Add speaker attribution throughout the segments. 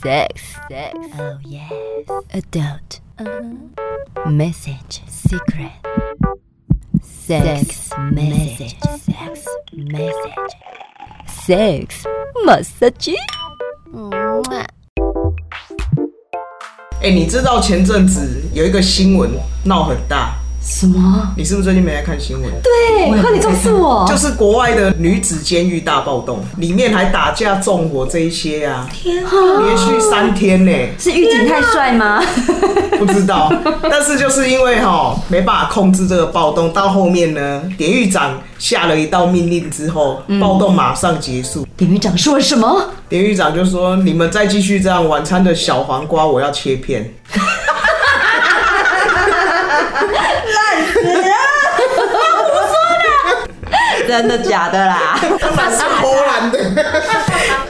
Speaker 1: Sex, sex, oh yes. Adult, Uh-huh. message, secret. Sex, message, sex, message. Sex, massage.
Speaker 2: 哎、你知道前阵子有一个新闻闹很大，
Speaker 3: 什么？
Speaker 2: 你是不是最近没来看新闻？
Speaker 3: 对，哎啊快点重视我！
Speaker 2: 就是国外的女子监狱大暴动，里面还打架、纵火这一些啊，连续三天呢、
Speaker 3: 是狱警太帅吗？
Speaker 2: 不知道。但是就是因为哈没办法控制这个暴动，到后面呢，典狱长下了一道命令之后，
Speaker 3: 嗯
Speaker 2: 暴动马上结束。
Speaker 3: 典狱长说了什么？
Speaker 2: 典狱长就说：“你们再继续这样，晚餐的小黄瓜我要切片。”
Speaker 3: 真的假的啦？
Speaker 2: 当然是波兰的，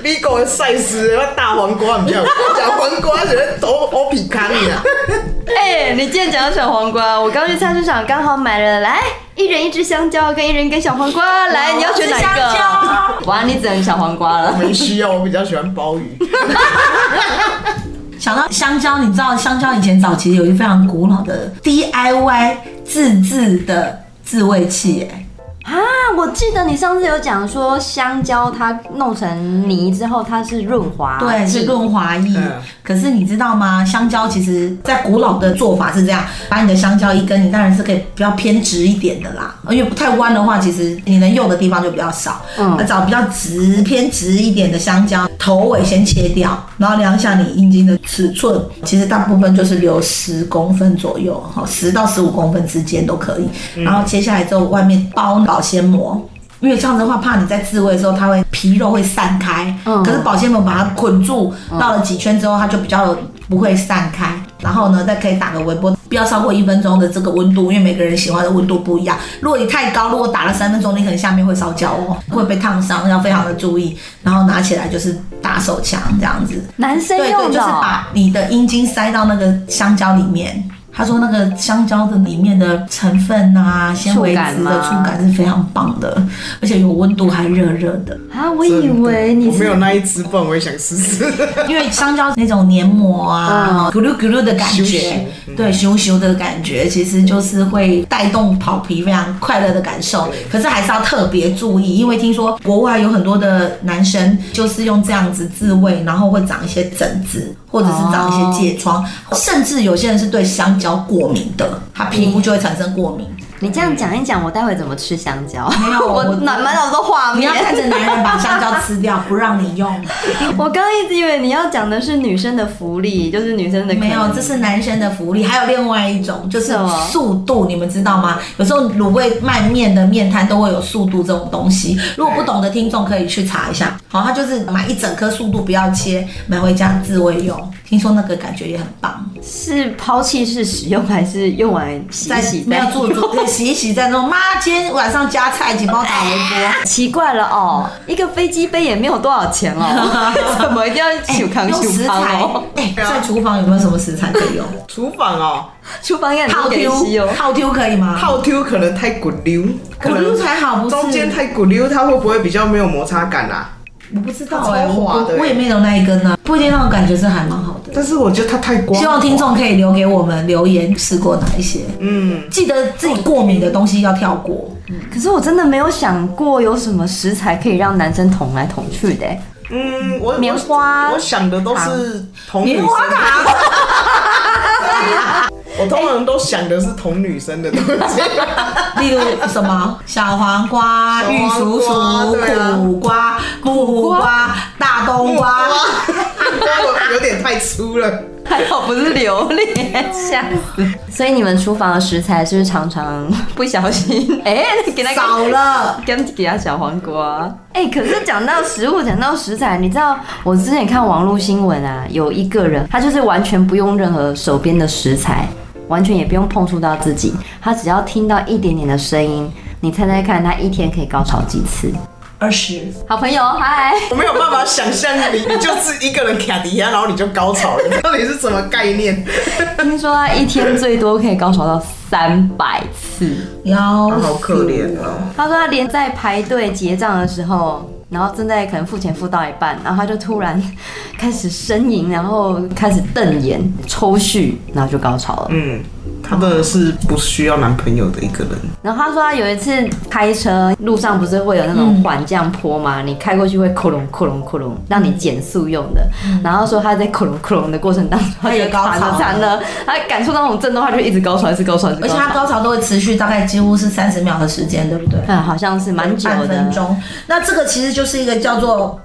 Speaker 2: 你狗晒死了，大黄瓜比较 好，小黄瓜人头欧比康呀。
Speaker 3: 哎、你今天讲到小黄瓜，我刚去菜市场，刚好买了来一人一只香蕉，跟一人一根小黄瓜。来，你要选哪一个？哇，你只能小黄瓜了。
Speaker 2: 没需要，我比较喜欢鲍鱼。
Speaker 4: 想到香蕉，你知道香蕉以前早期有一个非常古老的 DIY 自制的自慰器、哎，
Speaker 3: 啊，我记得你上次有讲说香蕉它弄成泥之后它是润滑，
Speaker 4: 对，是润滑液
Speaker 2: 嗯。
Speaker 4: 可是你知道吗？香蕉其实在古老的做法是这样，把你的香蕉一根，你当然是可以比较偏直一点的啦，因为太弯的话，其实你能用的地方就比较少。
Speaker 3: 嗯
Speaker 4: 嗯，找比较直、偏直一点的香蕉，头尾先切掉，然后量一下你阴茎的尺寸，其实大部分就是留十公分左右，哈，十到十五公分之间都可以。然后切下来之后，外面包保鲜膜。因为这样子的话，怕你在自慰的时候，它会皮肉会散开。
Speaker 3: 嗯
Speaker 4: 可是保鲜膜把它捆住，绕了几圈之后，它就比较不会散开。然后呢，再可以打个微波，不要超过一分钟的这个温度，因为每个人喜欢的温度不一样。如果你太高，如果打了三分钟，你可能下面会烧焦哦，
Speaker 3: 嗯
Speaker 4: 会被烫伤，要非常的注意。然后拿起来就是打手枪这样子，
Speaker 3: 男生
Speaker 4: 对对，
Speaker 3: 用
Speaker 4: 就
Speaker 3: 的
Speaker 4: 是
Speaker 3: 哦、
Speaker 4: 把你的阴茎塞到那个香蕉里面。他说那个香蕉的里面的成分啊，纤维质的
Speaker 3: 触感
Speaker 4: 触
Speaker 3: 吗
Speaker 4: 感是非常棒的，而且有温度还热热的。
Speaker 3: 啊，我以为你
Speaker 2: 我没
Speaker 3: 是
Speaker 2: 有那一只笨，我也想试试。
Speaker 4: 因为香蕉那种黏膜啊，咕噜咕噜的感
Speaker 2: 嗯咻咻嗯
Speaker 4: 觉，对，咻咻的感觉，其实就是会带动跑皮非常快乐的感受。可是还是要特别注意，因为听说国外有很多的男生就是用这样子自慰，然后会长一些疹子，或者是长一些疥疮，甚至有些人是对香蕉过敏的，他皮肤就会产生过敏。
Speaker 3: 你这样讲一讲，我待会怎么吃香蕉？
Speaker 4: 没有
Speaker 3: 我
Speaker 4: 我
Speaker 3: 满满脑子都画
Speaker 2: 哦
Speaker 4: 你
Speaker 3: 面
Speaker 4: 要。看着男人把香蕉吃掉，不让你用。
Speaker 3: 我刚一直以为你要讲的是女生的福利，就是女生的可能哦
Speaker 4: 没有，这是男生的福利。还有另外一种就是
Speaker 3: 什么
Speaker 4: 速度，你们知道吗？有时候卤味卖面的面摊都会有速度这种东西，如果不懂的听众可以去查一下。好，他就是买一整颗速度，不要切，买回家自慰用。听说那个感觉也很棒，
Speaker 3: 是抛弃式使用还是用完洗一洗
Speaker 4: 没
Speaker 3: 再
Speaker 4: 有做做对洗一洗再弄。妈，今天晚上加菜，请帮我打微 波。
Speaker 3: 奇怪了哦，一个飞机杯也没有多少钱 哦，怎么一定要
Speaker 4: 哎
Speaker 3: 秀康
Speaker 4: 用
Speaker 3: 秀
Speaker 4: 食
Speaker 3: 康
Speaker 4: 材
Speaker 3: 哦？，
Speaker 4: 哎、
Speaker 2: 对啊
Speaker 4: 在厨房有没有什么食材可以用？
Speaker 2: 厨房哦，
Speaker 3: 厨房也
Speaker 4: 套
Speaker 3: 很给
Speaker 4: Q，
Speaker 3: 吸哦。
Speaker 4: 套 Q 可以吗？
Speaker 2: 泡丢可能太滚溜，可
Speaker 4: 骨溜
Speaker 2: 能
Speaker 4: 才好不是
Speaker 2: 中间太滚溜，它会不会比较没有摩擦感啊？
Speaker 4: 我不知道哎、
Speaker 2: 超
Speaker 4: 我
Speaker 2: 滑的欸
Speaker 4: 我我也没有那一根呢、啊不一定
Speaker 2: 啊
Speaker 4: 那种感觉是还蛮好的。
Speaker 2: 但是我觉得它太光。
Speaker 4: 希望听，众可以留给我们留言试过哪一些，
Speaker 2: 嗯，
Speaker 4: 记得自己过敏的东西要跳 过。
Speaker 3: 可是我真的没有想过有什么食材可以让男生捅来捅去 的欸。
Speaker 2: 嗯，我
Speaker 3: 棉花
Speaker 2: 我我想的都是同女生
Speaker 4: 棉花
Speaker 2: 的。我通常都想的是同女生的东 西。
Speaker 4: 例如什么小黄瓜、
Speaker 2: 小黄瓜
Speaker 4: 玉蜀
Speaker 2: 对啊
Speaker 4: 黍、苦瓜、木瓜、大冬瓜，
Speaker 2: 我有点太粗了。
Speaker 3: 还好不是榴莲，吓死！所以你们厨房的食材是不是常常不小心 哎、给它
Speaker 4: 少了。
Speaker 3: 跟给他小黄瓜。哎、可是讲到食物，讲到食材，你知道我之前看网络新闻啊，有一个人他就是完全不用任何手边的食材，完全也不用碰触到自己，他只要听到一点点的声音，你猜猜看，他一天可以高潮几次？
Speaker 4: 二十，
Speaker 3: 好朋友，嗨，
Speaker 2: 我没有办法想象你，你就是一个人卡迪亚，然后你就高潮了，到底是什么概念？
Speaker 3: 听说他一天最多可以高潮到三百次。
Speaker 4: 要
Speaker 2: 好可怜哦！
Speaker 3: 他说他连在排队结账的时候，然后正在可能付钱付到一半，然后他就突然开始呻吟，然后开始瞪眼、抽搐，然后就高潮了。
Speaker 2: 嗯，她真的是不需要男朋友的一个人。
Speaker 3: 然后他说他有一次开车路上不是会有那种缓降坡吗？你开过去会窟隆窟隆窟隆，让你减速用的。然后说他在窟隆窟隆的过程当中，
Speaker 4: 他也
Speaker 3: 就惨
Speaker 4: 嗯高
Speaker 3: 了
Speaker 4: 潮
Speaker 3: 惨了，他感受到那种震动，他就一直高潮，一直高潮，一直
Speaker 4: 而且
Speaker 3: 高
Speaker 4: 它
Speaker 3: 潮
Speaker 4: 高潮都会持续大概几乎是三十秒的时间，对不对？
Speaker 3: 嗯，好像是蛮久
Speaker 4: 半
Speaker 3: 的
Speaker 4: 分。钟。那这个其实就是一个叫做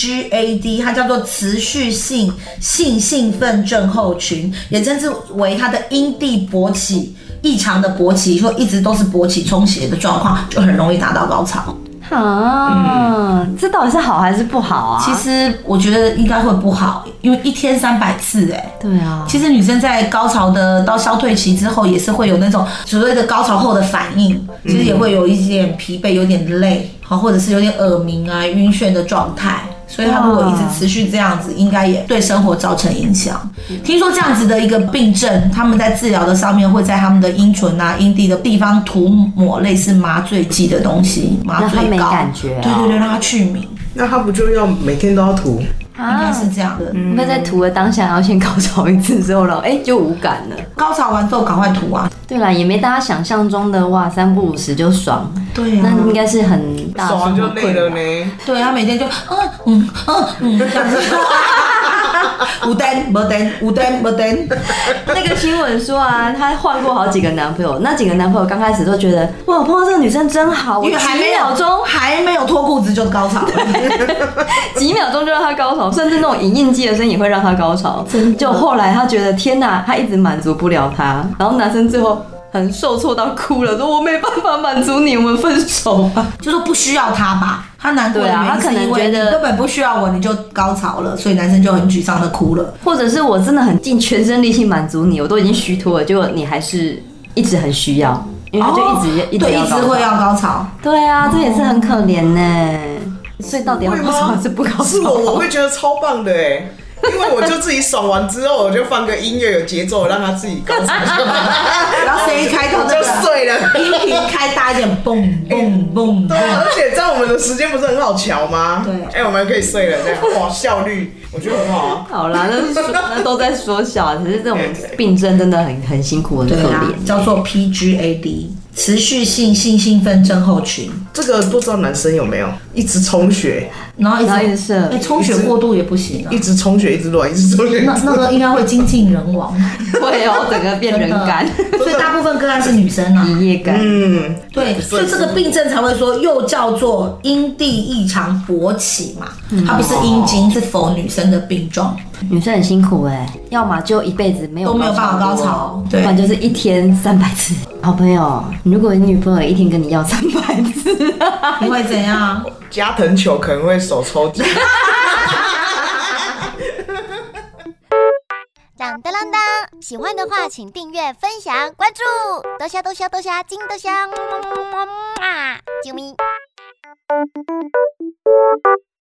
Speaker 4: PGAD，它叫做持续性性兴奋症候群，也称之为它的阴蒂勃起。异常的勃起，说一直都是勃起充血的状况，就很容易达到高潮。
Speaker 3: 啊，这到底是好还是不好啊？
Speaker 4: 嗯其实我觉得应该会不好，因为一天三百次、哎，
Speaker 3: 对啊，
Speaker 4: 其实女生在高潮的到消退期之后，也是会有那种所谓的高潮后的反应，
Speaker 3: 嗯
Speaker 4: 其实也会有一点疲惫，有点累，好，或者是有点耳鸣啊、晕眩的状态。所以她如果一直持续这样子，应该也对生活造成影响。
Speaker 3: 嗯
Speaker 4: 听说这样子的一个病症，他们在治疗的上面会在他们的阴唇啊、阴蒂的地方涂抹类似麻醉剂的东西，麻醉
Speaker 3: 让她没
Speaker 4: 膏，
Speaker 3: 感觉哦
Speaker 4: 对对对，让她去敏，应
Speaker 2: 那她不就要每天都要涂？
Speaker 4: 该
Speaker 3: 啊，
Speaker 4: 是这样的。
Speaker 3: 会不会在涂的当下，然后先高潮一次之后，然后哎、就无感了？
Speaker 4: 高潮完之后赶快涂啊！
Speaker 3: 对啦，也没大家想象中的哇，三不五时就爽，
Speaker 4: 对
Speaker 3: 那应该是很大
Speaker 2: 手
Speaker 3: 的
Speaker 2: 完
Speaker 3: 生
Speaker 2: 就
Speaker 3: 活
Speaker 2: 累
Speaker 3: 困
Speaker 2: 了
Speaker 3: 扰。
Speaker 2: 呢。
Speaker 4: 对他每天就嗯嗯嗯嗯这 样子。有灯没灯，有灯没灯。
Speaker 3: 那个新闻说啊，她换过好几个男朋友，那几个男朋友刚开始都觉得哇，我碰到这个女生真好，我
Speaker 4: 因为还
Speaker 3: 几
Speaker 4: 没
Speaker 3: 秒
Speaker 4: 有
Speaker 3: 钟
Speaker 4: 还没有脱裤子就高潮 了，
Speaker 3: 几秒钟就让她高潮，甚至那种影印机的声音也会让她高潮。就后来她觉得天哪，她一直满足不了他，然后男生最后很受挫到哭了，说我没办法满足你，我们分手啊吧。
Speaker 4: 就说不需要他吧。他难过的
Speaker 3: 对啊
Speaker 4: 原因
Speaker 3: 他可能
Speaker 4: 是因为
Speaker 3: 觉得
Speaker 4: 你根本不需要我，你就高潮了，所以男生就很沮丧的哭了。
Speaker 3: 或者是我真的很尽全身力气满足你，我都已经虚脱了，结果你还是一直很需要，因为他就一直、
Speaker 4: 哦
Speaker 3: 一直
Speaker 4: 对
Speaker 3: 要
Speaker 4: 一
Speaker 3: 高
Speaker 4: 直
Speaker 3: 潮
Speaker 4: 会要 高潮，
Speaker 3: 对啊，这也是很可怜呢。所以到底 要
Speaker 2: 会
Speaker 3: 高潮还是不高潮？
Speaker 2: 是我，我会觉得超棒的哎，因为我就自己爽完之后，我就放个音乐有节奏，让他自己高潮 就好，
Speaker 4: 然后声音开到
Speaker 2: 我
Speaker 4: 那
Speaker 2: 就
Speaker 4: 个
Speaker 2: 睡了。
Speaker 4: 音频开大一点，蹦蹦蹦
Speaker 2: 对啊，
Speaker 4: 蹦。
Speaker 2: 而且这样我们的时间不是很好瞧吗？
Speaker 4: 对
Speaker 2: 哎、我们可以睡了，这样 哇，效率我觉得很好啊。
Speaker 3: 好啦，那是说那都在缩小，只是这种病症真的很很辛苦，很可
Speaker 4: 对啊
Speaker 3: 怜。，
Speaker 4: 叫做 PGAD，持续性性兴奋症候群。
Speaker 2: 这个不知道男生有没有，一直充血，
Speaker 4: 然后一直
Speaker 3: 然后一直射
Speaker 4: 哎，充血过度也不行啊
Speaker 2: 一。直充血，一直乱，一直充血。
Speaker 4: 那那个应该会精尽人亡，啊
Speaker 3: 会哦，整个 变人干，
Speaker 4: 所以大部分个案是女生啊。
Speaker 3: 一夜干。
Speaker 2: 嗯，
Speaker 4: 对，所以这个病症才会说又叫做阴蒂异常勃起嘛，
Speaker 3: 嗯
Speaker 4: 它不是阴茎，是否女生的病状。
Speaker 3: 女生很辛苦哎，要么就一辈子没有
Speaker 4: 都没有办法
Speaker 3: 过
Speaker 4: 高潮对
Speaker 3: 要不然就是一天三百次。好朋友，如果你女朋友一天跟你要三百次，
Speaker 4: 你会怎样？
Speaker 2: 加藤球可能会手抽筋。
Speaker 5: 当当当当！喜欢的话，请订阅、分享、关注，多虾多虾多虾，金多虾，么么么么么啊！啾咪。